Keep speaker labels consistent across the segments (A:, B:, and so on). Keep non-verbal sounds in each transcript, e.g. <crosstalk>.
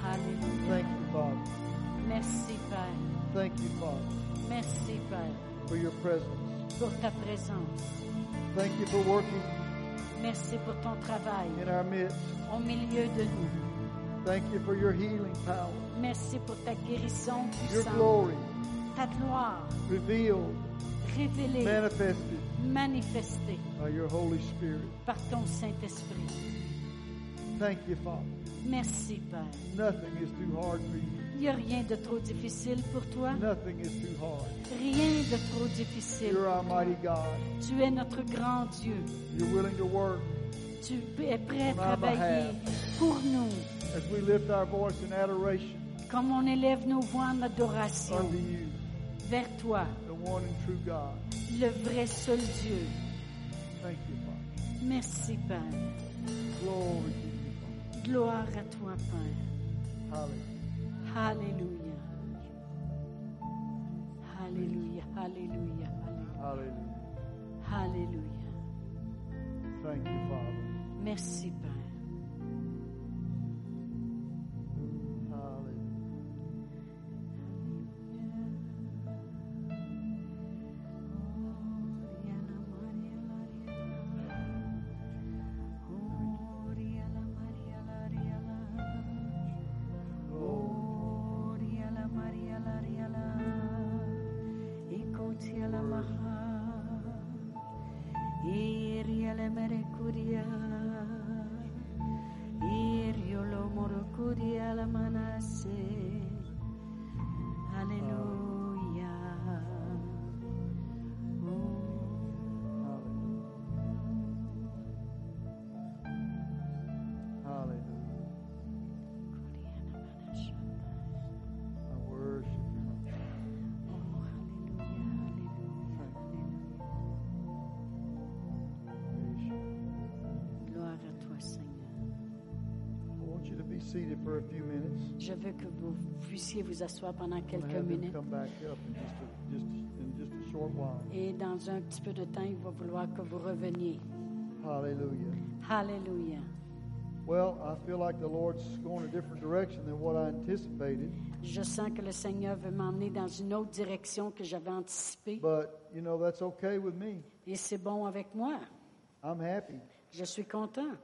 A: Thank you, Father.
B: Merci, Père.
A: Thank you, Father,
B: Merci, Père,
A: for your presence.
B: pour ta présence.
A: Thank you for working
B: Merci pour ton travail
A: in our midst.
B: au milieu de nous.
A: Thank you for your healing power,
B: Merci pour ta guérison
A: your
B: puissante.
A: glory
B: Ta gloire
A: revealed,
B: révélée,
A: manifested
B: manifestée
A: by your Holy Spirit.
B: par ton Saint-Esprit.
A: Thank you, Father.
B: Merci, Père.
A: Nothing is too hard for you.
B: Il n'y a rien de trop difficile pour toi.
A: Nothing is too hard.
B: Rien de trop difficile.
A: You're our mighty God.
B: Tu es notre grand Dieu.
A: You're willing to work
B: Tu es prêt à travailler pour nous.
A: as we lift our voice in adoration
B: Comme on élève nos voix en adoration
A: unto you,
B: vers toi,
A: the one and true God.
B: le vrai seul Dieu.
A: Thank you, Father.
B: Merci, Père.
A: Glory to you, Father.
B: Gloire à toi, Père.
A: Hallelujah.
B: Alléluia. Alléluia, Alléluia, Alléluia.
A: Hallelujah.
B: Alléluia.
A: Thank you, Father.
B: Merci, Père.
A: Hallelujah. Glory.
B: Oh, Hallelujah.
A: Hallelujah. Hallelujah. I worship you. Father. Thank you.
B: Gloire à toi, Seigneur.
A: I want you to be seated for a few minutes.
B: Je veux que vous puissiez vous asseoir pendant
A: We'll
B: quelques
A: have them
B: minutes.
A: Come back up in just a, just, in just a short while.
B: Et dans un petit peu de temps, il va vouloir que vous reveniez.
A: Hallelujah.
B: Hallelujah.
A: Well, I feel like the Lord's going a different direction than what I anticipated.
B: Je sens que le Seigneur veut m'emmener dans une autre direction que j'avais anticipée.
A: But, you know, that's okay with me.
B: Et c'est bon avec moi.
A: I'm happy.
B: Je suis content.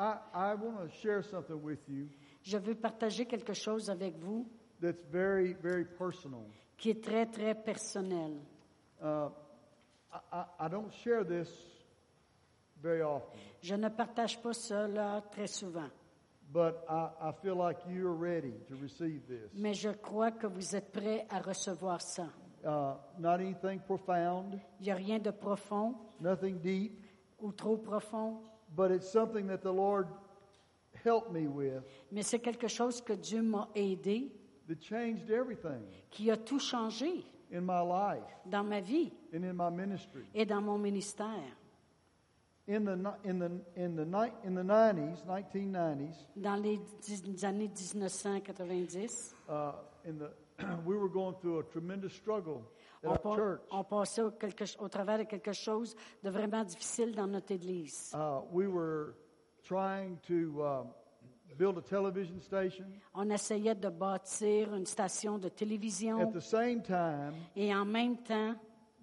A: I, I want to share something with you
B: Je veux partager quelque chose avec vous
A: that's very, very personal.
B: qui est très, très personnel.
A: Uh, I, I, I don't share this very often,
B: Je ne partage pas cela très souvent,
A: but I, I feel like you're ready to receive this.
B: mais je crois que vous êtes prêts à recevoir ça.
A: Uh, not anything profound,
B: Il n'y a rien de profond
A: nothing deep,
B: ou trop profond,
A: but it's something that the Lord helped me with
B: mais c'est quelque chose que Dieu m'a aidé,
A: that changed everything
B: qui a tout changé
A: in my life
B: dans ma vie
A: and in my ministry.
B: et dans mon ministère.
A: In the ni- in the in the ni- in the nineties, nineteen nineties,
B: Dans les dix- années 1990,
A: uh, in the <clears throat> we were going through a tremendous struggle at
B: on,
A: our
B: pa-
A: church.
B: on passait au, quelque ch- au travers de quelque chose de vraiment difficile dans notre Église.
A: Uh, we were trying to um, build a television station.
B: On essayait de bâtir une station de télévision
A: At the same time,
B: et en même temps,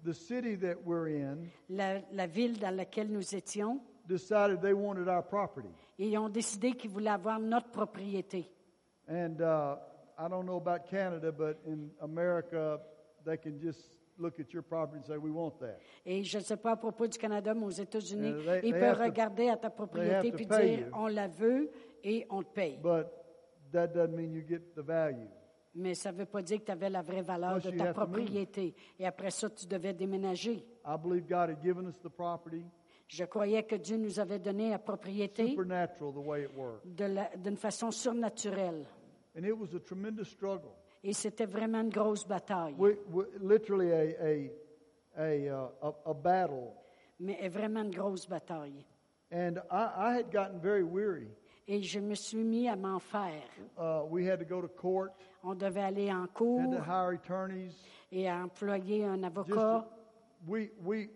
A: the city that we're in
B: la, la ville dans laquelle nous étions,
A: decided they wanted our property,
B: ils ont décidé qu'ils voulaient avoir notre propriété.
A: and uh, I don't know about Canada, but in America, they can just look at your property and say we want that.
B: Et je ne sais pas à propos du Canada, mais aux États-Unis,
A: Uh, they-
B: ils
A: they
B: peuvent
A: have to-
B: regarder à ta
A: have
B: propriété
A: to
B: puis
A: pay
B: dire
A: you.
B: on la veut et on te paye.
A: But that doesn't mean you get the value.
B: Mais ça ne veut pas dire que tu avais la vraie valeur
A: Plus,
B: de
A: you
B: ta
A: have to move.
B: propriété. Et après ça, tu devais déménager.
A: I believe God had given us the property,
B: Je croyais que Dieu nous avait donné la propriété
A: supernatural the way it worked.
B: de la- d'une façon surnaturelle.
A: And it was a tremendous struggle.
B: Et c'était vraiment une grosse bataille,
A: We, we, literally a, a, a, uh, a, a battle.
B: mais vraiment une grosse bataille.
A: And I, I had gotten very weary.
B: Et je me suis mis à m'en faire.
A: Uh, we had to go to court,
B: On devait aller en
A: had
B: cours
A: to hire attorneys.
B: et à employer un
A: Just to-
B: avocat.
A: we, we,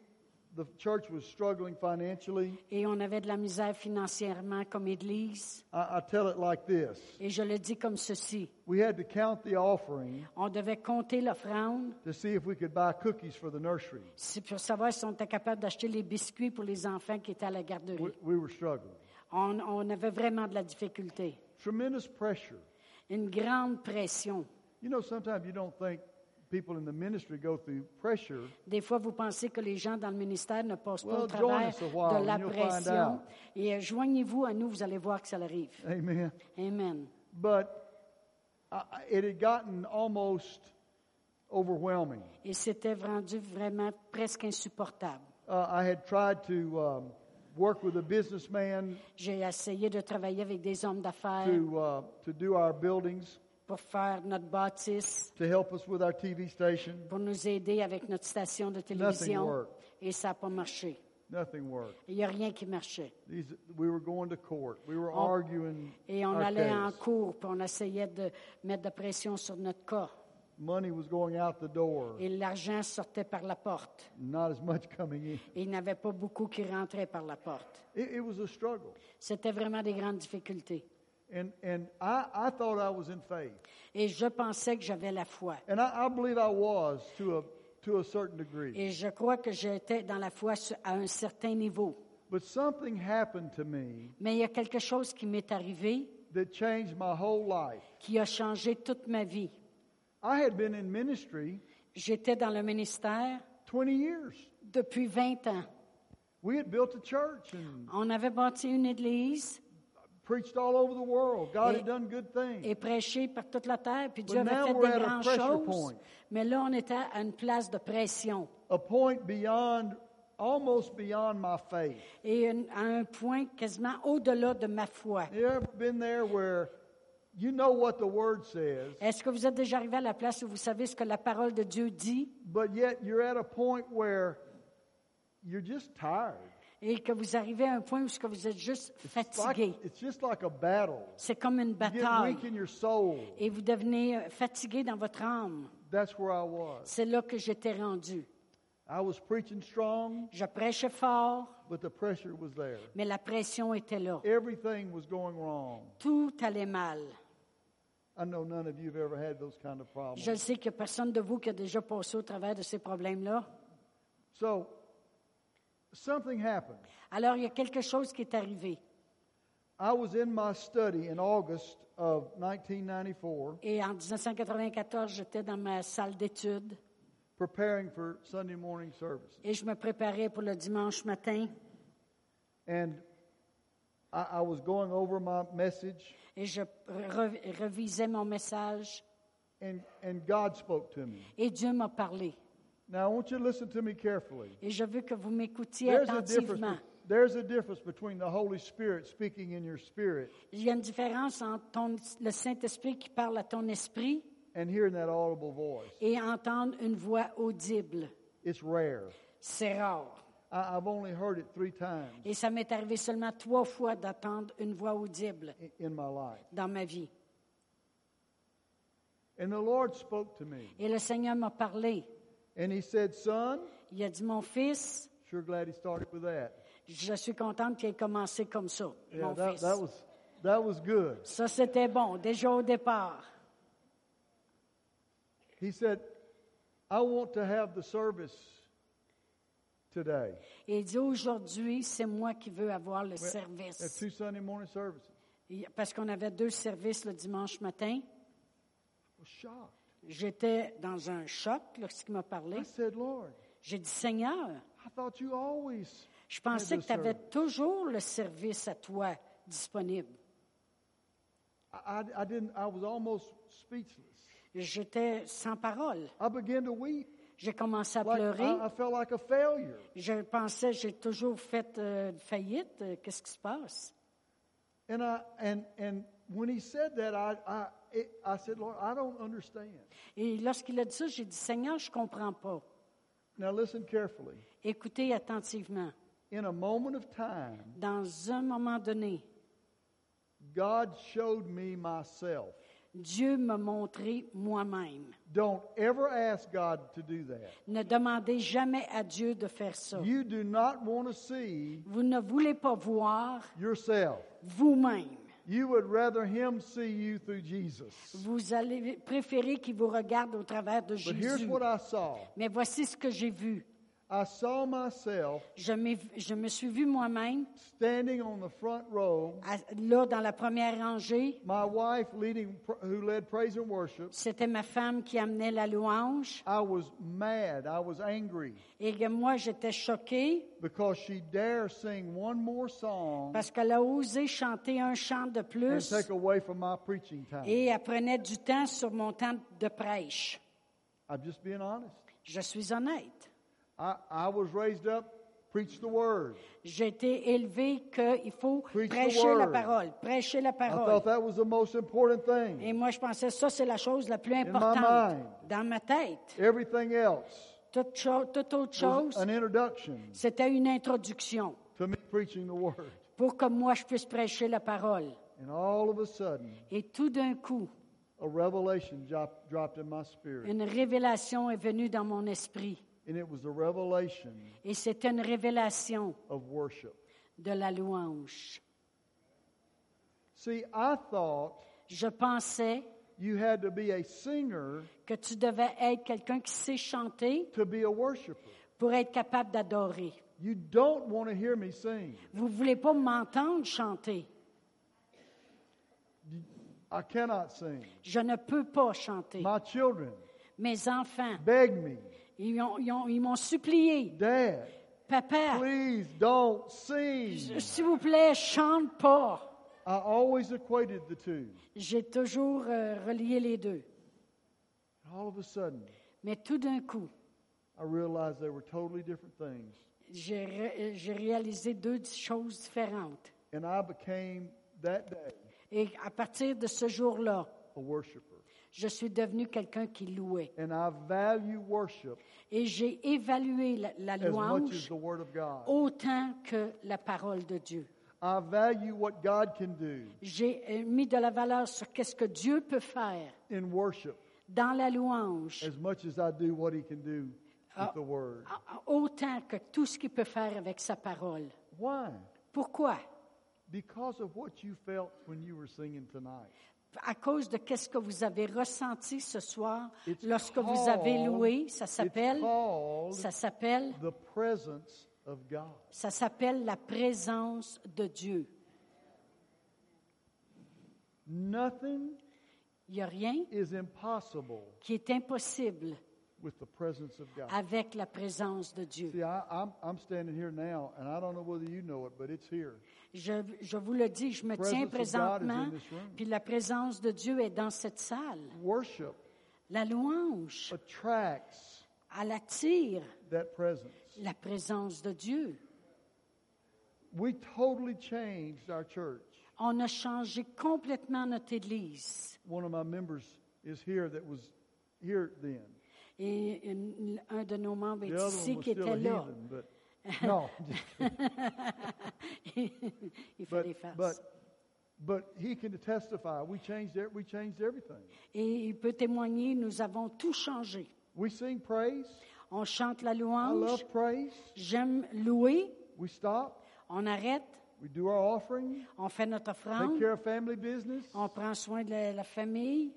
A: the the church was struggling financially.
B: Et on avait de la misère financièrement comme Église.
A: I, I tell it like this
B: Et je le dis comme ceci.
A: We had to count the offering
B: On devait compter l'offrande
A: to see if we could buy cookies for the nursery.
B: c'est pour savoir si on était capable d'acheter les biscuits pour les enfants qui étaient à la garderie.
A: We, we were struggling.
B: On, on avait vraiment de la difficulté.
A: Tremendous pressure.
B: Une grande pression.
A: You know, sometimes you don't think people in the ministry go through pressure. <laughs>
B: Des fois, vous pensez que les gens dans le ministère ne passent pas
A: Well,
B: au travers
A: join us a while
B: de la
A: and you'll find out.
B: pression. Et euh, joignez-vous à nous, vous allez voir que ça arrive.
A: Amen.
B: Amen.
A: But I, I- it had gotten almost overwhelming.
B: Et c'était rendu vraiment presque insupportable.
A: Uh, I had tried to um, work with a businessman
B: J'ai essayé de travailler avec des hommes d'affaires
A: to, uh, to do our buildings,
B: pour faire notre bâtisse,
A: to help us with our TV station.
B: pour nous aider avec notre station de télévision.
A: worked.
B: Et ça n'a pas marché.
A: Nothing worked.
B: Il n'y a rien qui marchait.
A: These, we were going to court. We were
B: On-
A: arguing
B: Et on
A: our
B: allait en
A: case.
B: cours, puis on essayait de mettre de la pression sur notre cas.
A: Money was going out the door,
B: Et l'argent sortait par la porte.
A: not as much coming in.
B: Et il n'y avait pas beaucoup qui rentraient par la porte.
A: It, it was a struggle.
B: C'était vraiment des grandes difficultés.
A: And, and I, I thought I was in faith.
B: Et je pensais que j'avais la foi.
A: And I, I believe I was to a, to a certain degree.
B: Et je crois que j'étais dans la foi su- à un certain niveau.
A: But something happened to me
B: Mais il y a quelque chose qui m'est arrivé
A: that changed my whole life.
B: qui a changé toute ma vie.
A: I had been in ministry
B: J'étais dans le ministère
A: 20 years.
B: depuis 20 ans.
A: We had built a church and
B: On avait bâti une église
A: preached all over the world. God
B: Et-
A: had done good
B: et
A: things.
B: prêché par toute la terre, puis
A: But
B: Dieu avait
A: now
B: fait
A: we're
B: des
A: at a
B: grandes
A: pressure
B: choses.
A: point.
B: Mais là, on était à une place de pression
A: A point beyond, almost beyond my faith.
B: et une- à un point quasiment au-delà de ma foi.
A: You ever been there where you know what the word says,
B: Est-ce que vous êtes déjà arrivé à la place où vous savez ce que la parole de Dieu dit
A: but yet you're at a point where you're just tired?
B: et que vous arrivez à un point où ce que vous êtes juste
A: It's like-
B: fatigué?
A: it's just like a battle.
B: C'est comme une
A: You get
B: bataille
A: weak in your soul.
B: et vous devenez euh, fatigué dans votre âme.
A: That's where I was.
B: C'est là que j'étais rendu.
A: I was preaching strong,
B: Je prêchais fort,
A: but the pressure was there.
B: mais la pression était là.
A: Everything was going wrong.
B: Tout allait mal.
A: I know none of you have ever had those kind of problems.
B: Je sais qu'il n'y a personne de vous qui a déjà passé au travers de ces problèmes-là.
A: So something happened.
B: Alors, il y a quelque chose qui est arrivé.
A: I was in my study in August of 1994
B: Et en 1994, j'étais dans ma salle d'études
A: preparing for Sunday morning services.
B: et je me préparais pour le dimanche matin
A: And I, I was going over my message,
B: et je re- revisais mon message
A: and, and God spoke to me.
B: et Dieu m'a parlé.
A: Now, I want you to listen to me carefully.
B: Et je veux que vous m'écoutiez
A: There's a, difference,
B: attentivement.
A: be- there's a difference between the Holy Spirit speaking in your spirit
B: Il y a une différence entre ton- le Saint-Esprit qui parle à ton esprit
A: and hearing that audible voice.
B: et entendre une voix audible.
A: It's rare.
B: C'est rare.
A: I, I've only heard it three times
B: Et ça m'est arrivé seulement trois fois d'attendre une voix audible
A: i- in my life.
B: dans ma vie.
A: And the Lord spoke to me,
B: Et le Seigneur m'a parlé.
A: and He said, Son,
B: Il a dit, mon fils,
A: sure glad He started with that.
B: Je suis contente qu'il ait commencé comme ça,
A: Yeah,
B: mon
A: that,
B: fils.
A: that, was, that was good.
B: Ça, c'était bon, déjà au départ.
A: He said, I want to have the service today.
B: Et il dit, aujourd'hui, c'est moi qui veux avoir le
A: At
B: service.
A: two Sunday morning services.
B: Il- Parce qu'on avait deux services le dimanche matin.
A: I was shocked.
B: J'étais dans un choc lorsqu'il m'a parlé.
A: I said, Lord,
B: J'ai dit, Seigneur,
A: I thought you always.
B: je pensais
A: had
B: que
A: the
B: tu avais
A: service.
B: toujours le service à toi disponible.
A: I, I, I didn't. I was almost speechless.
B: J'étais sans parole.
A: I began to weep.
B: J'ai commencé à
A: Like
B: pleurer.
A: I, I felt like a failure.
B: Je pensais, j'ai toujours fait euh, faillite. Euh, Qu'est-ce qui se passe?
A: And I and and when he said that, I I it, I said, Lord, I don't understand.
B: Et lorsqu'il a dit ça, j'ai dit, Seigneur, je comprends pas.
A: Now listen carefully.
B: Écoutez attentivement.
A: In a moment of time,
B: Dans un moment donné,
A: God showed me myself.
B: Dieu m'a montré moi-même.
A: Don't ever ask God to do that.
B: Ne demandez jamais à Dieu de faire ça.
A: You do not want to see
B: Vous ne voulez pas voir
A: yourself.
B: vous-même.
A: You would rather Him see you through Jesus.
B: Vous allez préférer qu'il vous regarde au travers de
A: But here's
B: Jésus.
A: what I saw
B: Mais voici ce que j'ai vu.
A: I saw myself
B: Je, m'ai- je me suis vu moi-même,
A: standing on the front row,
B: à- là, dans la première rangée.
A: my wife leading, who led praise and worship.
B: C'était ma femme qui amenait la louange.
A: I was mad. I was angry
B: Et que moi, j'étais choquée
A: because she dare sing one more song
B: parce qu'elle a osé chanter un chant de
A: and
B: plus
A: take away from my preaching time.
B: et elle prenait du temps sur mon temps de prêche.
A: I'm just being honest.
B: Je suis honnête.
A: I, I was raised up, preach the word.
B: J'ai été élevée qu'il faut
A: Preach the
B: prêcher la
A: word.
B: parole, prêcher la
A: I
B: parole.
A: thought that was the most important thing.
B: Et moi, je pensais, ça, c'est la chose la plus
A: my
B: importante
A: mind.
B: dans ma tête.
A: Everything else
B: Toute, cho- toute autre
A: was
B: chose,
A: an introduction
B: c'était une introduction
A: to me preaching the word.
B: pour que moi, je puisse prêcher la parole.
A: And all of a sudden,
B: Et tout d'un coup,
A: a revelation drop, dropped in my spirit.
B: une révélation est venue dans mon esprit.
A: And it was the revelation
B: Et c'était une révélation
A: of worship.
B: de la louange.
A: See, I thought
B: Je pensais
A: you had to be a singer
B: que tu devais être quelqu'un qui sait chanter
A: to be a worshiper.
B: pour être capable d'adorer.
A: You don't want to hear me sing.
B: Vous ne voulez pas m'entendre chanter.
A: I cannot sing.
B: Je ne peux pas chanter.
A: My children
B: Mes enfants,
A: beg me,
B: ils ont- ils ont- ils m'ont supplié.
A: Dad,
B: Papa,
A: please don't sing.
B: s'il vous plaît, chante pas.
A: I always equated the two.
B: J'ai toujours euh, relié les deux.
A: And all of a sudden,
B: Mais tout d'un coup,
A: I realized they were totally different things.
B: j'ai ré- j'ai réalisé deux choses différentes.
A: And I became that day
B: Et à partir de ce jour-là,
A: a worshiper.
B: je suis devenu quelqu'un qui louait.
A: And I value worship
B: Et j'ai évalué la, la
A: as much as
B: louange
A: the Word of God.
B: Oh. autant que la parole de Dieu.
A: I value what God can do
B: J'ai euh, mis de la valeur sur qu'est-ce que Dieu peut faire
A: in worship
B: dans la louange,
A: as much as I do what He can do
B: Ah.
A: with the Word.
B: a- autant que tout ce qu'il peut faire avec sa parole.
A: Why?
B: Pourquoi?
A: Because of what you felt when you were singing tonight.
B: à cause de qu'est-ce que vous avez ressenti ce soir
A: It's
B: lorsque vous avez loué, ça
A: it's
B: s'appelle
A: called
B: ça s'appelle
A: the presence of God.
B: ça s'appelle la présence de Dieu.
A: Nothing
B: Il n'y a rien
A: is impossible
B: qui est impossible
A: with the presence of God.
B: avec la présence de Dieu.
A: See, I, I'm, I'm standing here now, and I don't know whether you know it, but it's here.
B: Je, je vous le dis, je me
A: presence
B: tiens
A: of God is
B: présentement,
A: in this room.
B: puis la présence de Dieu est dans cette salle.
A: Worship
B: La louange,
A: attracts
B: elle attire
A: that presence.
B: la présence de Dieu.
A: We totally changed our church.
B: On a changé complètement notre Église.
A: One of my members is here that was here then.
B: Et une- un de nos membres
A: The
B: est
A: other
B: ici
A: one was
B: qui
A: still a
B: était là.
A: heathen, but no, <laughs> I'm
B: <laughs>
A: just
B: Il
A: But,
B: fallait faire
A: but,
B: ça.
A: but he can testify. We changed, e- we changed everything.
B: Et il peut témoigner, nous avons tout changé.
A: We sing praise.
B: On chante la
A: I
B: louange.
A: love praise.
B: J'aime louer.
A: We stop.
B: On arrête.
A: We do our offering.
B: On fait notre
A: Take
B: offrande.
A: care of family business.
B: On prend soin de la, la famille.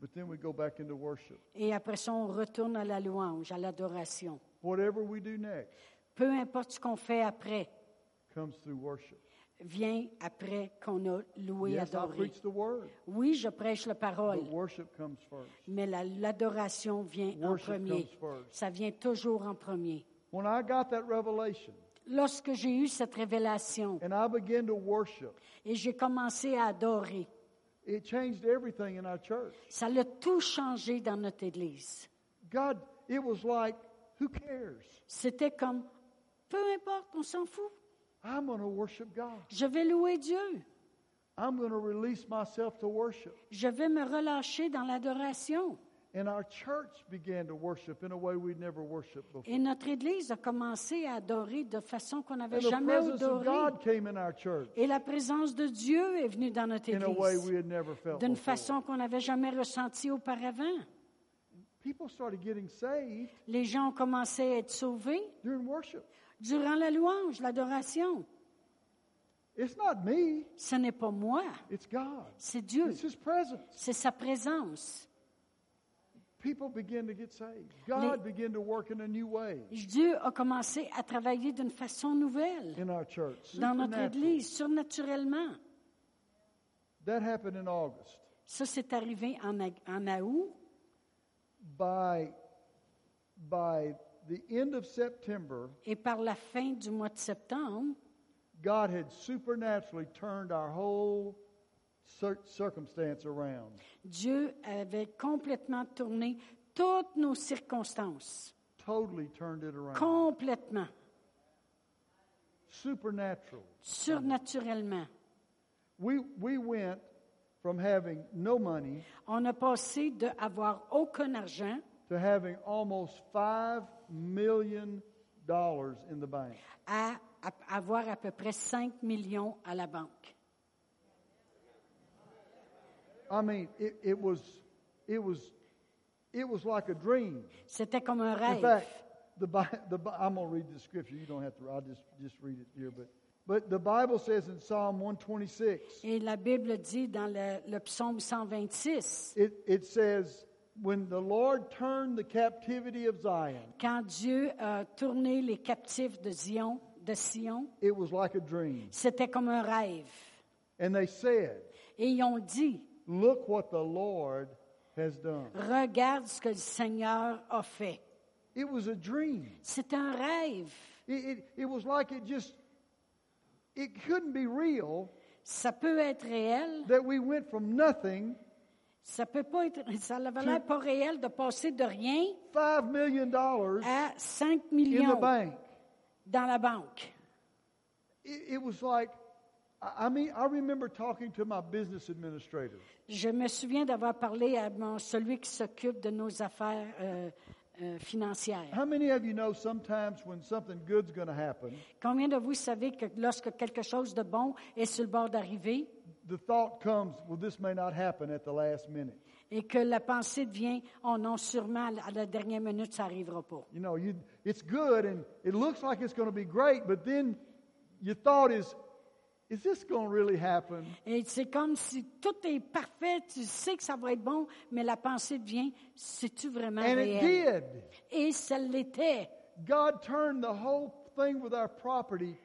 A: But then we go back into worship.
B: Et après ça, on retourne à la louange, à l'adoration.
A: Whatever we do next
B: Peu importe ce qu'on fait après,
A: comes through worship.
B: vient après qu'on a loué,
A: Yes, I
B: adoré.
A: preach the word,
B: Oui, je prêche la parole,
A: but worship comes first.
B: mais la- l'adoration vient en
A: Worship
B: premier.
A: comes first.
B: Ça vient toujours en premier.
A: When I got that revelation
B: Lorsque j'ai eu cette révélation
A: and I began to worship,
B: et j'ai commencé à adorer,
A: it changed everything in our church.
B: ça l'a tout changé dans notre Église.
A: God, it was like, who cares?
B: C'était comme, peu importe, on s'en fout.
A: I'm going to worship God.
B: Je vais louer Dieu.
A: I'm going to release myself to worship.
B: Je vais me relâcher dans l'adoration.
A: And our church began to worship in a way we'd never worshiped before.
B: Et notre Église a commencé à adorer de façon qu'on n'avait
A: And the
B: jamais
A: presence of
B: adoré.
A: God came in our church
B: Et la présence de Dieu est venue dans notre
A: in a way
B: Église
A: we had never felt
B: d'une
A: before.
B: façon qu'on n'avait jamais ressentie auparavant.
A: People started getting saved
B: Les gens ont commencé à être sauvés
A: during worship.
B: durant la louange, l'adoration.
A: It's not me,
B: Ce n'est pas moi,
A: it's God.
B: c'est Dieu.
A: It's His presence.
B: C'est sa présence.
A: People begin to get saved. God began to work in a new way
B: Dieu a commencé à travailler d'une façon nouvelle
A: in our church.
B: dans notre
A: Supernatural.
B: Église, surnaturellement.
A: That happened in August.
B: Ça, c'est arrivé en, a- en août.
A: By, by the end of September,
B: Et par la fin du mois de septembre,
A: God had supernaturally turned our whole cir- circumstance around.
B: Dieu avait complètement tourné toutes nos circonstances.
A: Totally turned it around.
B: Complètement.
A: Supernatural.
B: Surnaturellement.
A: We, we went from having no money
B: On a passé de avoir aucun argent
A: to having almost $5 million in the bank.
B: à, à- avoir à peu près 5 millions à la banque.
A: I mean, it, it was, it was, it was like a dream.
B: C'était comme un
A: In
B: rêve.
A: fact, the, Bi- the, Bi- I'm going to read the scripture. You don't have to. I'll just, just read it here. But, but the Bible says in Psalm 126,
B: Et la Bible dit dans le, le psaume 126,
A: it, it says, When the Lord turned the captivity of Zion,
B: quand Dieu a tourné les captifs de Zion, de Sion,
A: it was like a dream.
B: c'était comme un rêve.
A: And they said,
B: Et ils ont dit,
A: Look what the Lord has done.
B: regarde ce que le Seigneur a fait.
A: It was a dream.
B: C'est un rêve.
A: It, it, it was like it just, it couldn't be real
B: Ça peut être réel.
A: that we went from nothing,
B: Ça peut pas être, <laughs> ça n'avait l'air pas réel de passer de rien
A: $5 million
B: à 5
A: in the
B: millions
A: bank.
B: dans la banque.
A: It, it was like, I I mean, I remember talking to my business administrator,
B: Je me souviens d'avoir parlé à mon- celui qui s'occupe de nos affaires euh, euh, financières.
A: How many of you know sometimes when something good's going to happen,
B: Combien de vous savez que lorsque quelque chose de bon est sur le bord d'arriver
A: the thought comes, well, this may not happen at the last minute.
B: et que la pensée devient oh non, sûrement à la- à la dernière minute, ça n'arrivera pas.
A: You know, you, it's good and it looks like it's going to be great, but then your thought is, is this going to really happen?
B: Et c'est comme si tout est parfait, tu sais que ça va être bon, mais la pensée devient c'est-tu vraiment
A: And it
B: réel?
A: did.
B: Et ça l'était.
A: God turned the whole thing with our property,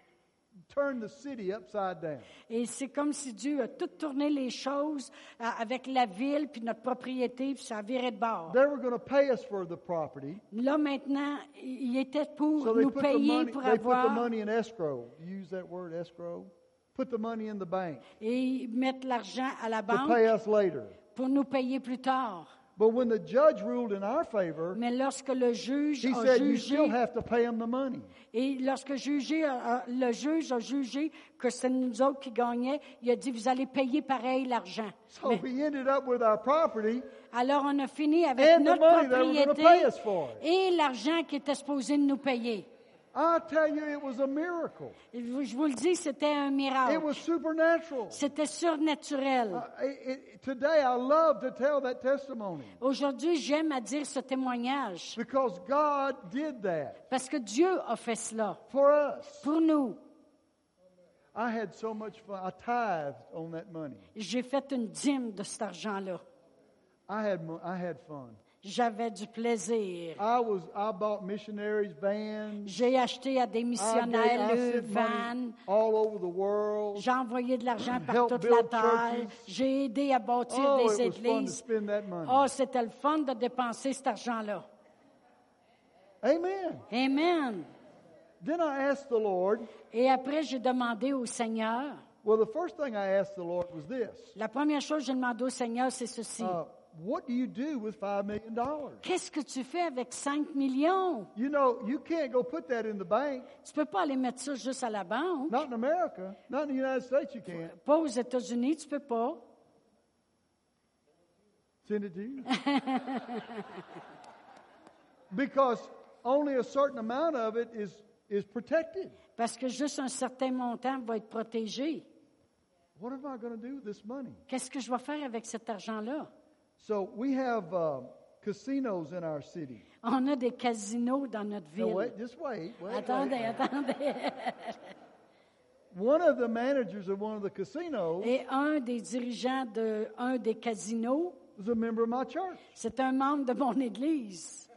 A: turned the city upside down.
B: Et c'est comme si Dieu a tout tourné les choses euh, avec la ville, puis notre propriété, puis ça virait de bord.
A: They were going to pay us for the property.
B: Là, maintenant, il était pour
A: So they
B: nous
A: put the
B: payer
A: money,
B: pour
A: they put the
B: avoir
A: money in escrow. You use that word escrow? Put the money in the bank
B: et mettre l'argent à la
A: to pay
B: banque
A: us later.
B: pour nous payer plus tard.
A: But when the judge ruled in our favor,
B: Mais lorsque le juge
A: he
B: a
A: said you
B: jugé,
A: still have to pay them the money.
B: et lorsque jugé, a- a- le juge a jugé que c'est nous autres qui gagnaient, il a dit, vous allez payer pareil l'argent.
A: So we ended up with our property
B: Alors, on a fini avec
A: And the
B: notre
A: money they were gonna pay us for
B: propriété et l'argent qui était supposé de nous payer.
A: I tell you, it was a miracle.
B: Et vous- Je vous le dis, c'était un
A: It
B: miracle.
A: was supernatural.
B: C'était surnaturel.
A: Uh, it- it- today, I love to tell that testimony
B: Aujourd'hui, j'aime à dire ce témoignage
A: because God did that
B: parce que Dieu a fait cela
A: for us.
B: pour nous.
A: I had so much fun. I tithed on that money.
B: J'ai fait une dîme de cet argent-là.
A: I had mo- I had fun.
B: J'avais du plaisir.
A: I was I bought missionaries vans.
B: J'ai acheté
A: Ah,
B: à des
A: I, gave- I
B: missionnaires le
A: sent money
B: van.
A: all over the world.
B: J'ai envoyé de l'argent par
A: Help
B: toute
A: build
B: la terre.
A: churches.
B: J'ai aidé à bâtir
A: Oh,
B: des
A: it was fun to
B: églises.
A: spend that money.
B: Oh, c'était le fun de dépenser cet argent-là.
A: Amen.
B: Amen.
A: Then I asked the Lord.
B: Et après, j'ai demandé au Seigneur.
A: Well, the first thing I asked the Lord was this:
B: La première chose que j'ai demandé au Seigneur, c'est ceci.
A: uh, What do you do with five million dollars?
B: Qu'est-ce que tu fais avec 5 millions?
A: You know, you can't go put that in the bank.
B: Tu peux pas aller mettre ça juste à la banque.
A: Not in America. Not in the United States. You can't.
B: Pas aux États-Unis, tu peux pas.
A: send it to you. because only a certain amount of it is, is protected.
B: Parce que juste un certain montant va être protégé.
A: What am I going to do with this money?
B: Qu'est-ce que je vais faire avec cet argent-là?
A: So we have uh, casinos in our city.
B: On a des casinos dans notre
A: No,
B: ville.
A: wait, just wait. wait, wait.
B: Attendez, attendez.
A: One of the managers of one of the casinos
B: Et un des dirigeants de un des casinos,
A: was a member of my church.
B: c'est un membre de mon église.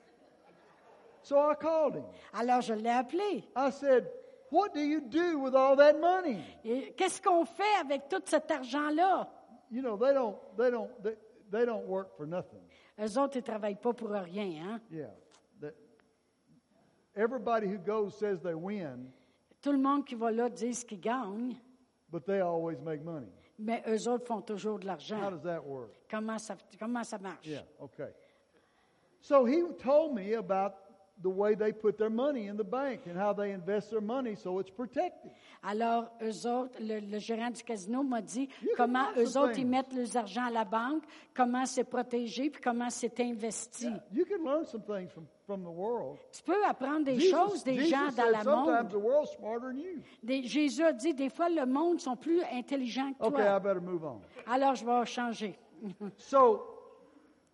A: So I called him.
B: Alors je l'ai appelé.
A: I said, What do you do with all that money?
B: Et qu'est-ce qu'on fait avec tout cet argent-là?
A: You know, they don't, they don't, they, they don't work for nothing.
B: Eux autres, ils travaillent pas pour rien, hein?
A: Yeah. That, everybody who goes says they win,
B: Tout le monde qui va là dit ce qu'ils gagnent,
A: but they always make money.
B: mais eux autres font toujours de
A: How
B: l'argent.
A: does that work?
B: Comment ça, comment ça marche?
A: Ah. Yeah, okay. So he told me about the way they put their money in the bank and how they invest their money so it's protected.
B: Alors, eux autres, le, le gérant du casino m'a dit
A: You
B: comment
A: can buy
B: eux
A: some
B: autres, ils
A: things.
B: mettent leurs argent à la banque, comment c'est protégé, puis comment c'est investi.
A: You can learn some things from, from the world.
B: Tu peux apprendre des
A: Jesus-
B: choses des
A: Jesus
B: gens dans
A: said
B: la
A: sometimes
B: monde.
A: the world's smarter than you.
B: Des- Jésus a dit, des fois, le monde sont plus intelligents que
A: Okay, I
B: toi.
A: better move on.
B: Alors, je vais changer.
A: So,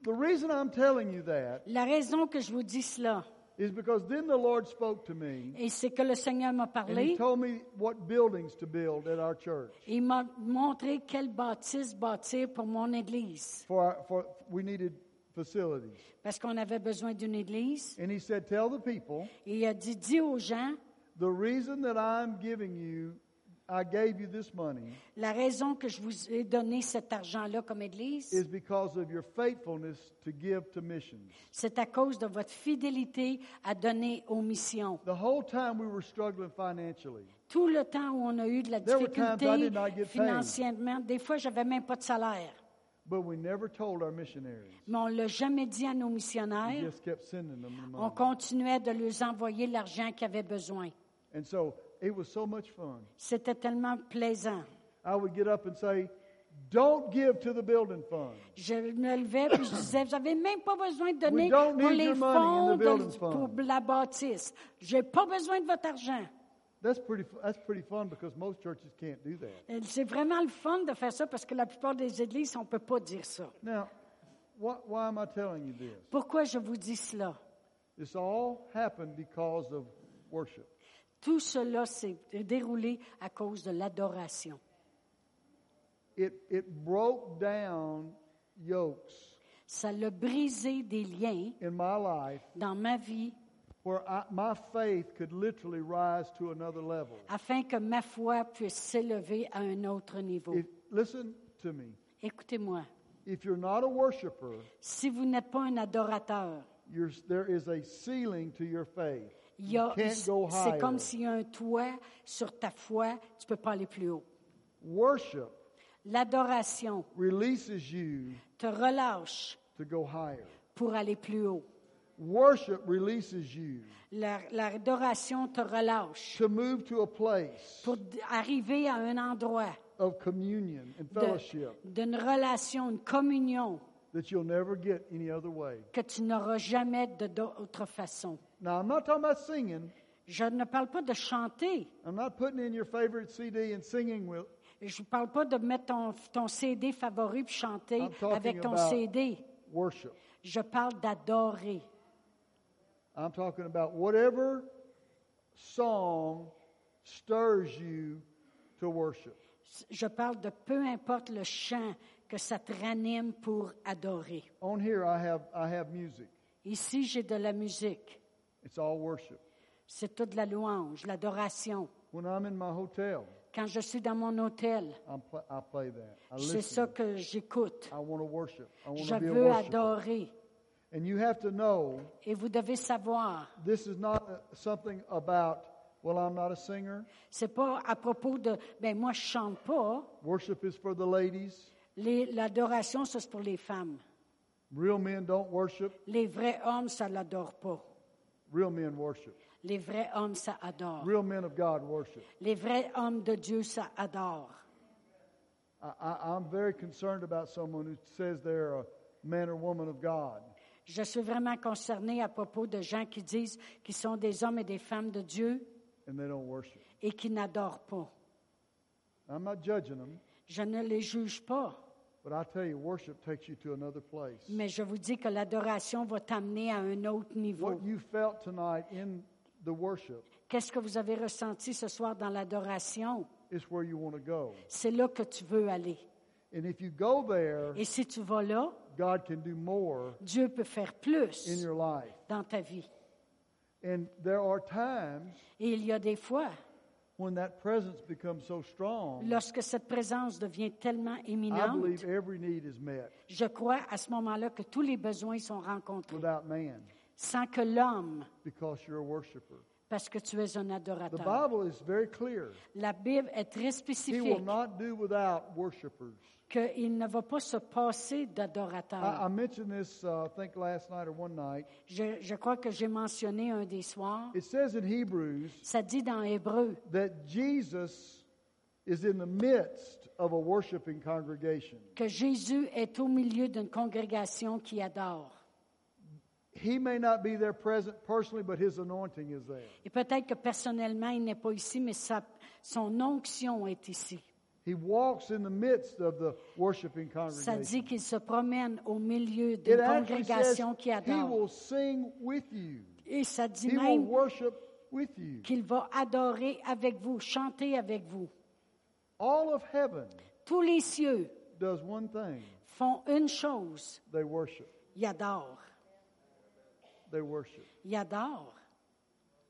A: the reason I'm telling you that
B: La raison que je vous dis cela,
A: is because then the Lord spoke to me
B: et c'est que le Seigneur m'a
A: and He
B: parlé,
A: told me what buildings to build at our church.
B: il m'a montré quelle bâtisse bâtir pour mon église,
A: For, our, for we needed facilities,
B: parce qu'on avait besoin d'une église.
A: and He said, "Tell the people
B: Et il a dit, dis aux gens,
A: the reason that I'm giving you, I gave you this money,
B: La raison que je vous ai donné cet argent-là comme Église,
A: is because of your faithfulness to give to missions."
B: c'est à cause de votre fidélité à donner aux missions.
A: The whole time we were struggling financially,
B: Tout le temps où on a eu de la
A: There were times I
B: difficulté
A: did not get paid.
B: financièrement, des fois, j'avais même pas de salaire.
A: but we never told our missionaries.
B: Mais on l'a jamais dit à nos
A: We
B: missionnaires.
A: just kept sending them the
B: On
A: money,
B: continuait de leur envoyer l'argent qu'ils avaient besoin.
A: and so it was so much fun.
B: C'était tellement plaisant.
A: I would get up and say, Don't give to the building fund.
B: Je me levais puis je disais, vous n'avez même pas besoin de donner
A: don't
B: pour
A: need
B: les
A: your money in
B: fonds
A: the building
B: de-
A: fund.
B: pour la bâtisse. J'ai pas besoin de votre argent.
A: That's pretty, that's pretty fun because most churches can't do that.
B: Euh, C'est vraiment le fun de faire ça parce que la plupart des églises, on ne peut pas dire ça.
A: Now, why, why am I telling you this?
B: Pourquoi je vous dis cela?
A: This all happened because of worship.
B: Tout cela s'est déroulé à cause de l'adoration.
A: It, it broke down yokes
B: Ça l'a brisé des liens
A: in my life
B: dans ma vie
A: where I, my faith could literally rise to another level.
B: afin que ma foi puisse s'élever à un autre niveau.
A: If, listen to me.
B: Écoutez-moi,
A: If you're not a worshiper,
B: si vous n'êtes pas un adorateur,
A: you're, there is a ceiling to your faith.
B: il y a-
A: You can't go
B: c'est comme
A: higher.
B: s'il y a un toit sur ta foi, tu ne peux pas aller plus haut.
A: Worship
B: L'adoration
A: releases you
B: te relâche
A: to go higher.
B: pour aller plus haut.
A: Worship releases you
B: La- L'adoration te relâche
A: to move to a place
B: pour d- arriver à un endroit
A: of communion and
B: de-
A: fellowship
B: d'une relation, une communion
A: that you'll never get any other way.
B: que tu n'auras jamais de d'autre façon.
A: Now, I'm not talking about singing.
B: Je ne parle pas de chanter.
A: I'm not putting in your favorite CD and singing with.
B: Je ne parle pas de mettre ton, ton CD favori puis chanter
A: I'm talking
B: avec ton
A: about-
B: CD.
A: Worship.
B: Je parle d'adorer.
A: I'm talking about whatever song stirs you to worship.
B: Je parle de peu importe le chant que ça te ranime pour adorer.
A: On here, I have I have music.
B: Ici, j'ai de la musique.
A: It's all worship.
B: C'est toute la louange, l'adoration.
A: When I'm in my hotel,
B: Quand je suis dans mon hôtel,
A: I'm pl- I play that. I
B: c'est ça
A: listen.
B: que j'écoute.
A: I want to worship. I want
B: Je
A: to be a
B: veux
A: worshiper.
B: adorer.
A: And you have to know
B: Et vous devez savoir,
A: this is not uh, something about well, I'm not a singer.
B: c'est pas à propos de, ben moi je chante pas.
A: Worship is for the ladies.
B: Les- L'adoration, ça c'est pour les femmes.
A: Real men don't worship.
B: Les vrais hommes, ça l'adore pas.
A: Real men worship.
B: Les vrais hommes, ça adore.
A: Real men of God worship.
B: Les vrais hommes de Dieu, ça adore.
A: I, I, I'm very concerned about someone who says they're a, man or woman of God.
B: Je suis vraiment concernée à propos de gens qui disent qu'ils sont des hommes et des femmes de Dieu
A: and they don't worship.
B: et qui n'adorent pas.
A: I'm not judging them,
B: Je ne les juge pas,
A: but I tell you, worship takes you to another place.
B: mais je vous dis que l'adoration va t'amener à un autre niveau.
A: What you felt tonight in the worship
B: Qu'est-ce que vous avez ressenti ce soir dans l'adoration?
A: is where you want to go.
B: C'est là que tu veux aller.
A: And if you go there,
B: Et si tu vas là,
A: God can do more
B: Dieu peut faire
A: in
B: plus
A: your life.
B: dans ta vie.
A: And there are times
B: Et il y a des fois,
A: when that presence becomes so strong,
B: lorsque cette présence devient tellement
A: I
B: éminente,
A: believe every need is met
B: je crois à ce moment-là que tous les besoins sont rencontrés
A: without man
B: sans que l'homme,
A: because you're a worshiper.
B: parce que tu es un
A: The
B: adorateur.
A: Bible is very clear.
B: La Bible est très
A: He will
B: spécifique
A: not do without worshipers.
B: qu'il ne va pas se passer
A: I, I
B: d'adorateur.
A: mentioned this, uh, I think, last night or one night.
B: Je, je crois que j'ai mentionné un des soirs.
A: It says in Hebrews
B: Ça dit dans Hébreu
A: that Jesus is in the midst of a worshiping congregation.
B: que Jésus est au milieu d'une congrégation qui adore.
A: He may not be there present personally, but his anointing is there.
B: Et peut-être que personnellement, il n'est pas ici, mais sa- son onction est ici.
A: He walks in the midst of the worshiping
B: Ça
A: congregation.
B: dit qu'il se promène au milieu
A: It
B: d'une
A: actually says
B: congrégation qui
A: he
B: adore.
A: will sing with you.
B: Et ça dit
A: He will
B: même
A: worship with you.
B: qu'il va adorer avec vous, chanter avec vous.
A: All of heaven
B: Tous les cieux
A: does one thing.
B: font une chose,
A: They worship.
B: ils adorent.
A: They worship.
B: Ils adorent.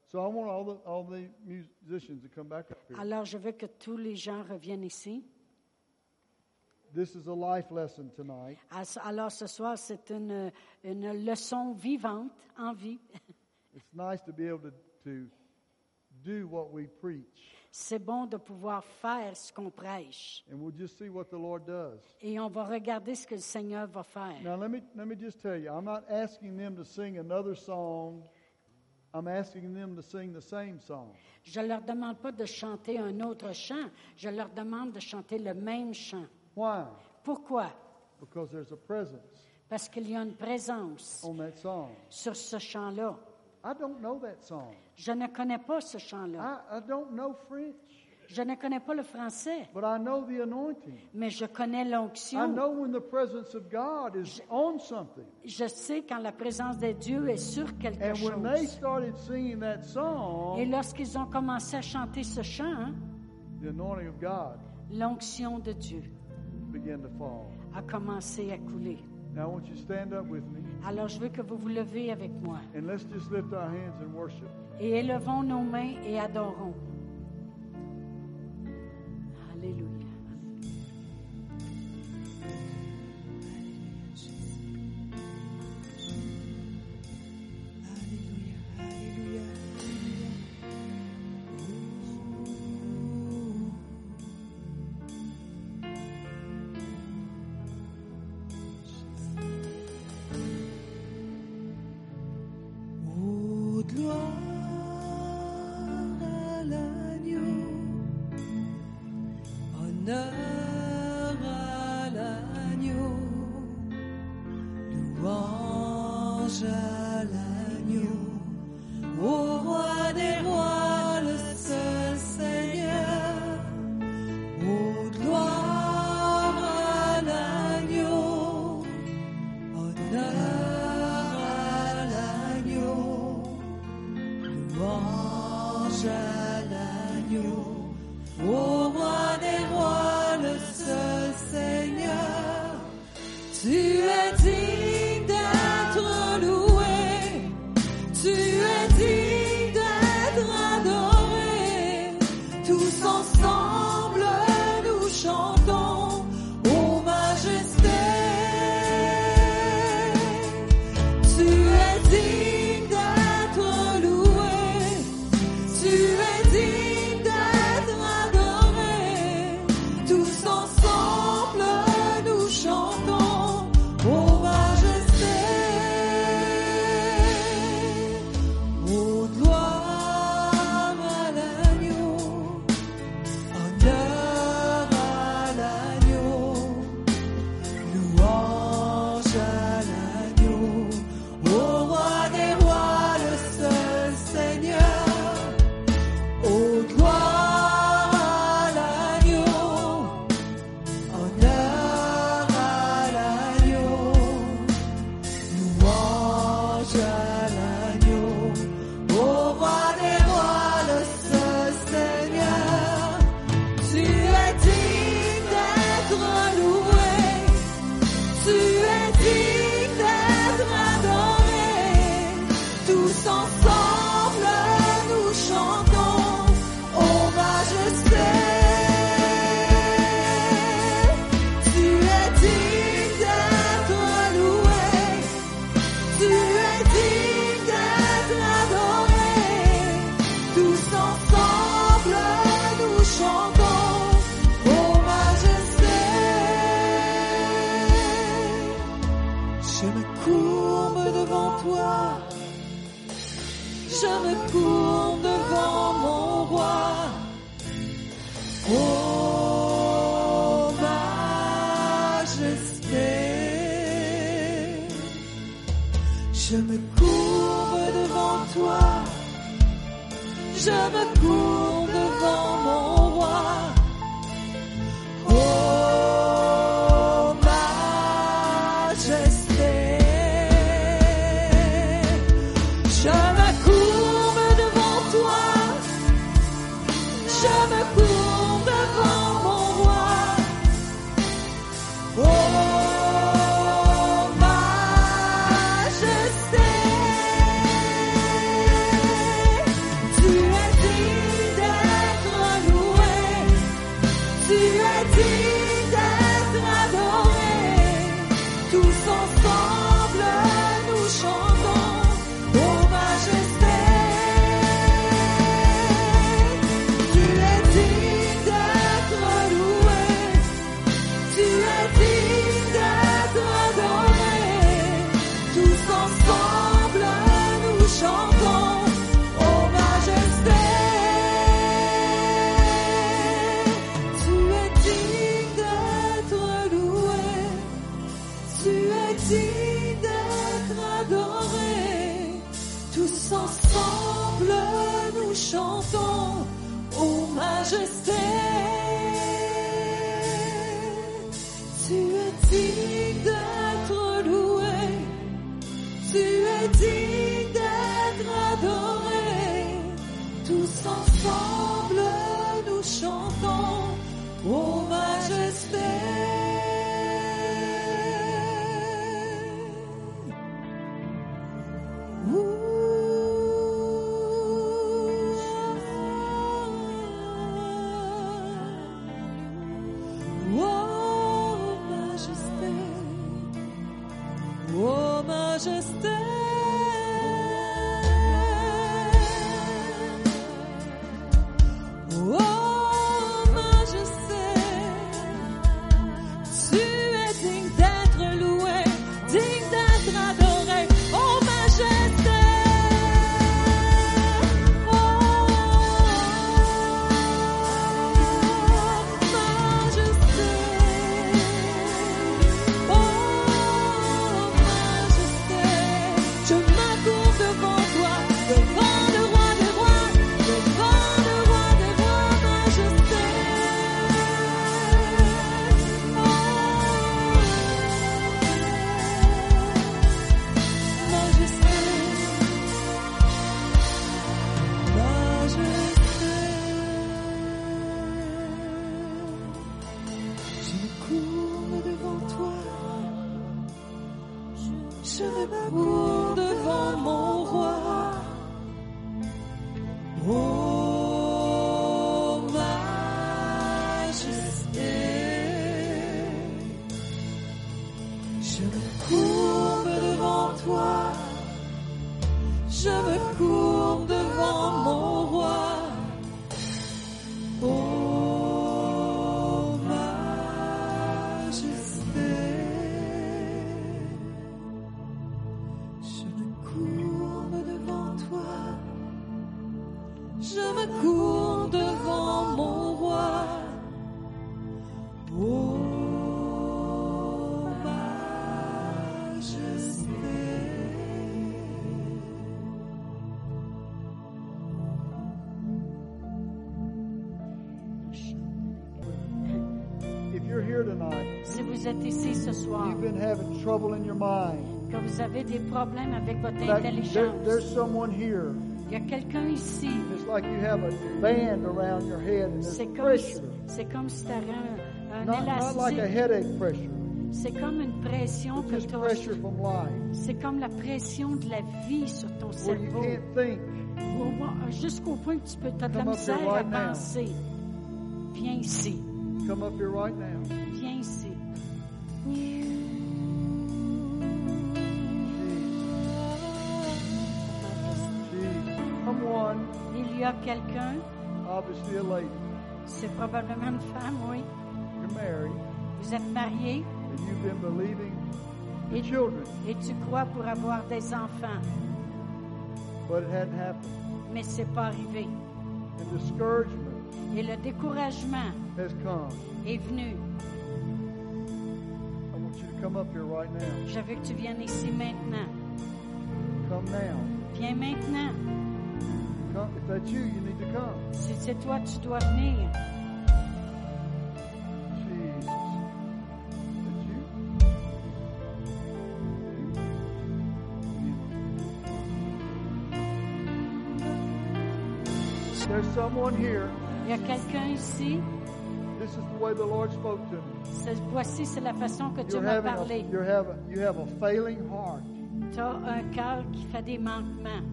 A: So I want all the all the musicians to come back up here.
B: Alors je veux que tous les gens reviennent ici.
A: This is a life lesson tonight.
B: As- Alors ce soir, c'est une, une leçon vivante en vie. <laughs>
A: It's nice to be able to, to do what we preach,
B: C'est bon de pouvoir faire ce qu'on prêche.
A: and we'll just see what the Lord does.
B: Et on va regarder ce que le Seigneur va faire.
A: Now let me let me just tell you, I'm not asking them to sing another song. I'm asking them to sing the same song.
B: Je leur demande pas de chanter un autre chant. Je leur demande de chanter le même chant.
A: Why?
B: Pourquoi?
A: Because there's a presence
B: Parce qu'il y a une présence
A: on that song.
B: sur ce chant-là.
A: I don't know that song.
B: Je ne connais pas ce chant-là.
A: I, I don't know French,
B: Je ne connais pas le français,
A: but I know the anointing.
B: mais je connais
A: I
B: l'onction.
A: know when the presence of God is on something.
B: Je sais quand la présence de Dieu est sur quelque
A: And when they
B: chose.
A: started singing that
B: Et
A: song,
B: lorsqu'ils ont commencé à chanter ce chant, hein,
A: the anointing of God
B: l'onction de Dieu
A: began to fall.
B: a commencé à couler.
A: Now I want you to stand up with me
B: Alors je veux que vous vous levez avec moi
A: and let's just lift our hands and worship.
B: et élevons nos mains et adorons. Alléluia.
C: Oh, gloire à l'agneau, honneur à l'agneau, louange à l'agneau, au roi des rois, le seul Seigneur. Oh, gloire à l'agneau, Honneur à l'agneau, louange à l'agneau, au roi des rois, le seul Seigneur. Tu es digne d'être loué, Oh, Oh, Je me courbe devant toi, je me courbe devant mon roi. Oh, majesté, je me courbe devant toi, je me courbe devant mon roi. Oh majesté, tu es digne d'être loué, tu es digne d'être adoré. Tous ensemble nous chantons, oh majesté, tu es digne d'être loué. Tu es digne d'être adoré, tous ensemble nous chantons, Oh ô majesté. Tu es digne d'être loué, tu es digne d'être adoré, tous ensemble nous chantons, ô majesté. Tu es digne d'être loué, tu es digne d'être adoré. Tous ensemble nous chantons, ô majesté. Ouh. Oh majesté, oh majesté. Oh majesté, tu es digne d'être loué, digne d'être adoré. Oh majesté, oh majesté, oh majesté, je m'accours devant toi, devant le roi des rois, devant le roi des rois, majesté, oh majesté, majesté. Je me cours devant toi. Je me cours devant mon roi. Oh, majesté. Je me courbe devant toi. Je me courbe devant mon roi. Oh majesté, je me courbe devant toi, je me courbe devant mon roi. Oh majesté.
A: If you're here tonight,
B: Si vous êtes ici ce soir,
A: you've been having trouble in your mind.
B: que vous avez des problèmes avec votre
A: In fact, there,
B: intelligence,
A: there's someone here.
B: il y a quelqu'un ici.
A: It's like you have a band around your head and there's
B: C'est comme,
A: pressure.
B: c'est comme si tu un, un
A: Not, not like a
B: élastique.
A: headache pressure,
B: C'est comme une pression
A: but
B: que
A: just
B: tu
A: pressure from life.
B: C'est comme la pression de la vie sur ton
A: Where you
B: cerveau.
A: can't think.
B: Au moins- Jusqu'au point que tu peux, t'as de la
A: Come up here
B: misère à
A: right now.
B: penser. Viens ici.
A: Come up here right now.
B: Viens ici.
A: Jeez, jeez. Someone,
B: Il y a quelqu'un,
A: obviously a lady,
B: c'est probablement une femme, oui.
A: you're married,
B: Vous êtes marié
A: and you've been believing the
B: et,
A: children,
B: et tu crois pour avoir des enfants,
A: but it hadn't happened.
B: mais c'est pas arrivé.
A: And discouragement
B: Et le découragement
A: has come.
B: est venu.
A: I want you to come up here right now.
B: Je veux que tu viennes ici maintenant.
A: Come now.
B: Viens maintenant.
A: Come. If that's you, you need to come.
B: Si c'est toi, tu dois venir.
A: Jesus. That's you. You. There's someone here.
B: Il y a quelqu'un ici.
A: This is the way the Lord spoke to me.
B: C'est- Voici, c'est la façon que Dieu
A: You're
B: m'a
A: having
B: parlé.
A: a, you're having, you have a failing heart.
B: Tu as un cœur qui fait des manquements.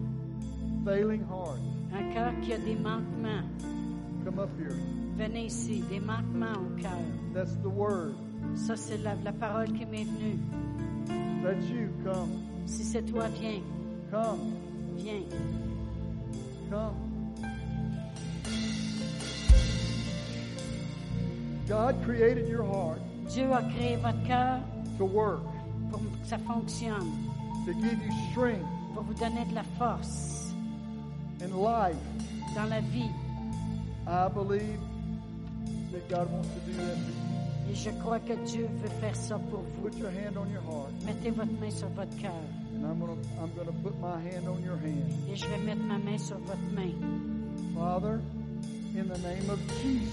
A: Failing heart.
B: Un cœur qui a des manquements.
A: Come up here.
B: Venez ici, des manquements au cœur.
A: That's the word.
B: Ça, c'est la, la parole qui m'est venue.
A: That's you. Come.
B: Si c'est toi, viens.
A: Come.
B: Viens.
A: Come. God created your heart
B: Dieu a créé votre cœur
A: to work,
B: pour que ça fonctionne,
A: to give you strength
B: pour vous donner de la force
A: and life.
B: dans la vie.
A: I believe that God wants to do that. for
B: Et je crois que Dieu veut faire ça pour
A: you.
B: vous.
A: Put your hand on your heart,
B: Mettez votre main sur votre cœur.
A: and I'm gonna I'm gonna put my hand on your hand.
B: Et je vais mettre ma main sur votre main.
A: Father, in the name of Jesus,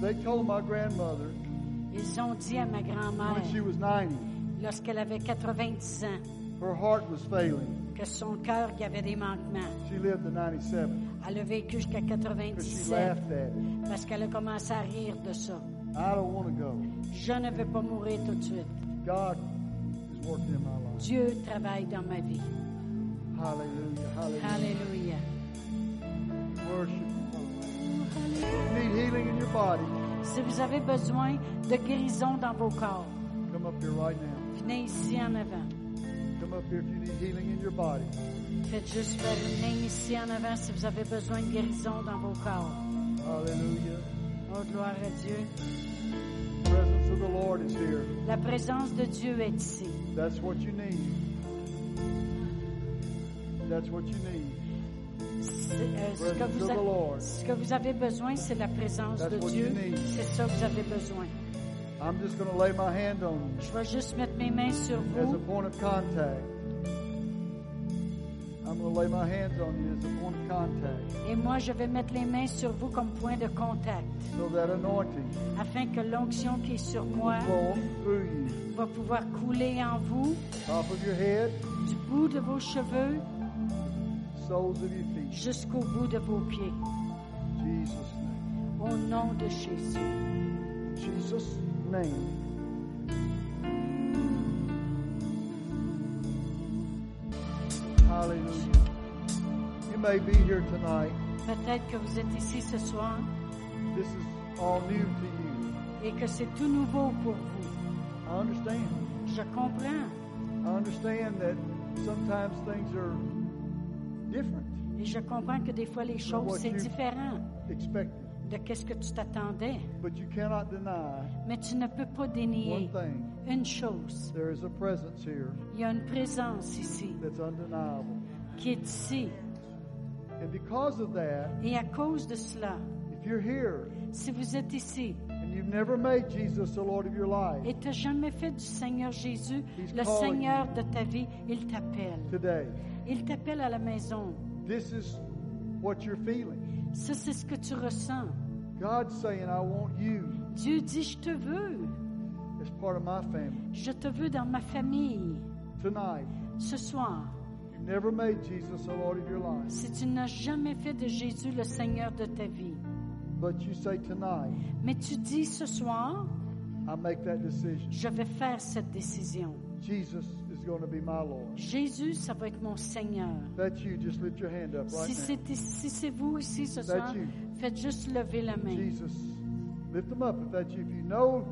A: they told my grandmother
B: Ils ont dit à ma grand-mère,
A: when she was 90,
B: lorsqu'elle avait 90 ans,
A: her heart was failing.
B: que son cœur il y avait des manquements.
A: She lived to 97
B: Elle a vécu jusqu'à
A: because she
B: 97
A: laughed at it.
B: parce qu'elle a commencé à rire de ça.
A: I don't want to go.
B: Je ne veux pas mourir tout de suite.
A: God is working in my life.
B: Dieu travaille dans ma vie.
A: Hallelujah. Hallelujah.
B: Alléluia.
A: Worship. Need healing in your body.
B: Si vous avez besoin de guérison dans vos corps,
A: Come up here right now.
B: venez ici en avant.
A: Come up here if you need healing in your body.
B: Faites juste faire une ligne ici en avant si vous avez besoin de guérison dans vos corps.
A: Hallelujah.
B: Oh, gloire à Dieu.
A: The presence of the Lord is here.
B: La présence de Dieu est ici.
A: That's what you need. That's what you need.
B: C'est, euh, ce, que
A: Presence
B: vous
A: of the
B: a-
A: Lord.
B: ce que vous avez besoin, c'est la présence
A: That's
B: de
A: what
B: Dieu.
A: you need.
B: C'est ça que vous avez besoin.
A: I'm just going to lay my hand on
B: Je vais juste mettre mes mains sur
A: you as a
B: vous.
A: point of contact. I'm going to lay my hands on you as a point of contact.
B: Et moi, je vais mettre les mains sur vous comme point de contact
A: So that anointing
B: afin que l'onction qui est sur moi
A: flow through you.
B: va pouvoir couler en vous,
A: Top of your head,
B: du bout de vos cheveux
A: soles of your feet.
B: jusqu'au bout de vos pieds.
A: Jesus' name.
B: Au nom de Jésus.
A: Jesus' name. Hallelujah. You may be here tonight.
B: Peut-être que vous êtes ici ce soir
A: This is all new to you.
B: et que c'est tout nouveau pour vous.
A: I understand.
B: Je comprends
A: I understand that sometimes things are different
B: et je comprends que des fois les choses, c'est différent
A: expected.
B: de qu'est-ce que tu t'attendais.
A: But you cannot deny
B: Mais tu ne peux pas
A: one
B: dénier
A: thing.
B: une chose.
A: There is a presence here
B: Il y a une présence ici
A: that's undeniable.
B: qui est ici.
A: And because of that,
B: Et à cause de cela,
A: if you're here
B: si vous êtes ici
A: and you've never made Jesus the Lord of your life,
B: et tu n'as jamais fait du Seigneur Jésus
A: He's
B: le
A: calling
B: Seigneur de ta vie, il t'appelle.
A: today.
B: Il t'appelle à la maison.
A: This is what you're feeling.
B: Ça, c'est ce que tu ressens.
A: God's saying, I want you
B: Dieu dit, je te veux.
A: as part of my family.
B: Je te veux dans ma famille.
A: Tonight,
B: Ce soir,
A: you've never made Jesus the Lord of your life,
B: si tu n'as jamais fait de Jésus le Seigneur de ta vie,
A: but you say, Tonight,
B: mais tu dis ce soir,
A: I make that decision.
B: je vais faire cette décision.
A: Jesus is going to be my Lord.
B: Jésus, ça va être mon Seigneur.
A: That's you. Just lift your hand up right
B: Si
A: now.
B: c'est si c'est vous ici ce soir,
A: you.
B: faites juste lever la main.
A: Jesus, lift them up if that's you. If you know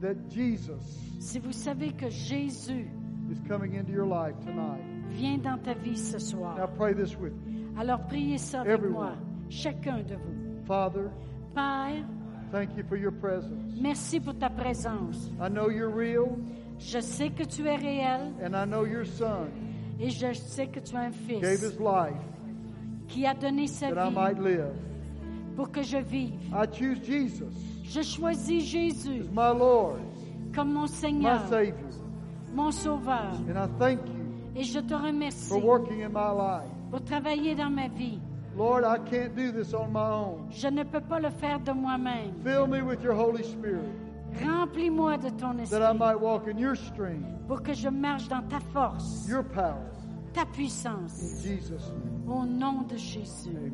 A: that Jesus
B: Si vous savez que Jésus
A: is coming into your life tonight,
B: vient dans ta vie ce
A: now
B: soir,
A: pray this with me.
B: alors priez ça avec
A: Everyone.
B: moi, chacun de vous.
A: Father,
B: Père,
A: thank you for your presence.
B: merci pour ta présence.
A: I know you're real,
B: Je sais que tu es réel
A: and I know your son
B: et je sais que tu as un
A: gave
B: fils
A: his life
B: qui a donné sa
A: that I might
B: vie
A: live.
B: pour que je vive.
A: I choose Jesus
B: Je choisis Jésus
A: as my Lord
B: comme mon Seigneur,
A: my Savior.
B: mon Sauveur.
A: And I thank you
B: Et je te remercie
A: for working in my life.
B: pour travailler dans ma vie.
A: Lord, I can't do this on my own.
B: Je ne peux pas le faire de moi-même.
A: Fill me with your Holy Spirit
B: Remplis-moi de ton
A: that I
B: esprit
A: might walk in your strength,
B: pour que je marche dans ta force,
A: your power.
B: ta puissance,
A: In Jesus' name,
B: au nom de Jésus.
A: amen.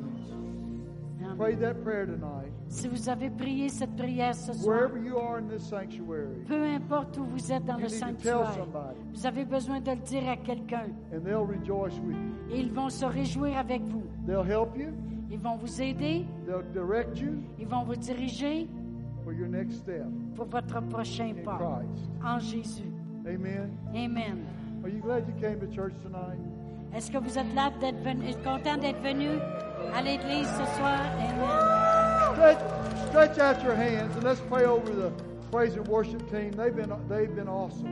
B: Amen.
A: Pray that prayer tonight.
B: Si vous avez prié cette prière ce soir,
A: Wherever you are in this sanctuary,
B: peu importe où vous êtes dans
A: You
B: le
A: need to tell
B: sanctuaire,
A: somebody.
B: vous avez besoin de le dire à quelqu'un
A: and they'll rejoice with you.
B: et ils vont se réjouir avec vous.
A: They'll help you,
B: Ils vont vous aider,
A: they'll direct you
B: ils vont vous diriger
A: for your next step
B: pour votre prochain
A: in
B: pas
A: Christ.
B: en Jésus.
A: Amen.
B: Amen.
A: Are you glad you came to church tonight?
B: Est-ce que vous êtes là d'être venu, content d'être venu à l'église ce soir? Amen.
A: Stretch, stretch out your hands and let's pray over the praise and worship team. They've been they've been awesome.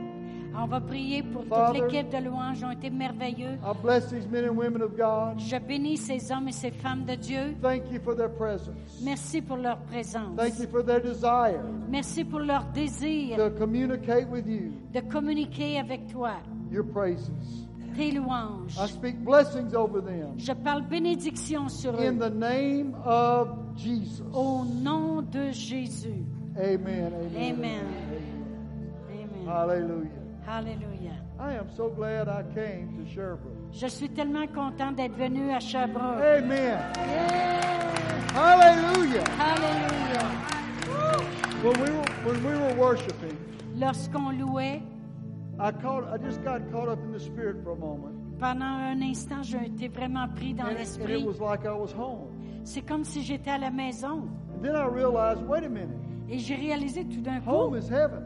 B: On va prier pour
A: Father,
B: toute l'équipe de louanges. Ils ont été merveilleux.
A: I bless these men and women of God.
B: Je bénis ces hommes et ces femmes de Dieu.
A: Thank you for their presence.
B: Merci pour leur présence.
A: Thank you for their desire
B: Merci pour leur désir
A: to communicate with you
B: de communiquer avec toi
A: your praises.
B: tes louanges.
A: I speak blessings over them
B: Je parle bénédiction sur
A: in
B: eux.
A: the name of Jesus.
B: Au nom de Jésus.
A: Amen. Amen.
B: Amen.
A: Ah.
B: Amen.
A: Hallelujah.
B: Alléluia.
A: I am so glad I came to Sherbrooke.
B: Je suis tellement content d'être venu à Sherbrooke.
A: Amen.
B: Yeah.
A: Hallelujah.
B: Alléluia.
A: When we were, when we were worshiping,
B: Lorsqu'on louait,
A: I caught I just got caught up in the spirit for a moment.
B: pendant un instant, j'ai été vraiment pris dans
A: And it, and it
B: l'esprit.
A: was like I was home.
B: C'est comme si j'étais à la maison.
A: And then I realized, wait a minute,
B: Et j'ai réalisé tout d'un
A: home
B: coup,
A: is heaven.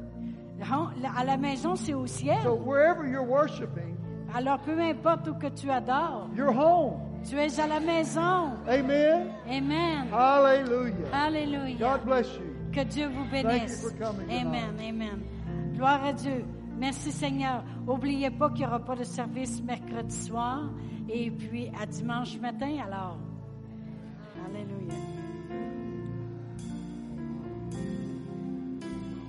B: hon- à la maison, c'est au ciel.
A: So wherever you're worshiping,
B: Alors, peu importe où que tu adores,
A: you're home.
B: tu es à la maison.
A: Amen.
B: Amen.
A: Hallelujah.
B: Alléluia.
A: Ah. God bless you.
B: Que Dieu vous bénisse.
A: Thank you for coming tonight.
B: Amen, amen. Gloire à Dieu. Merci Seigneur. N'oubliez pas qu'il n'y aura pas de service mercredi soir et puis à dimanche matin. Alors,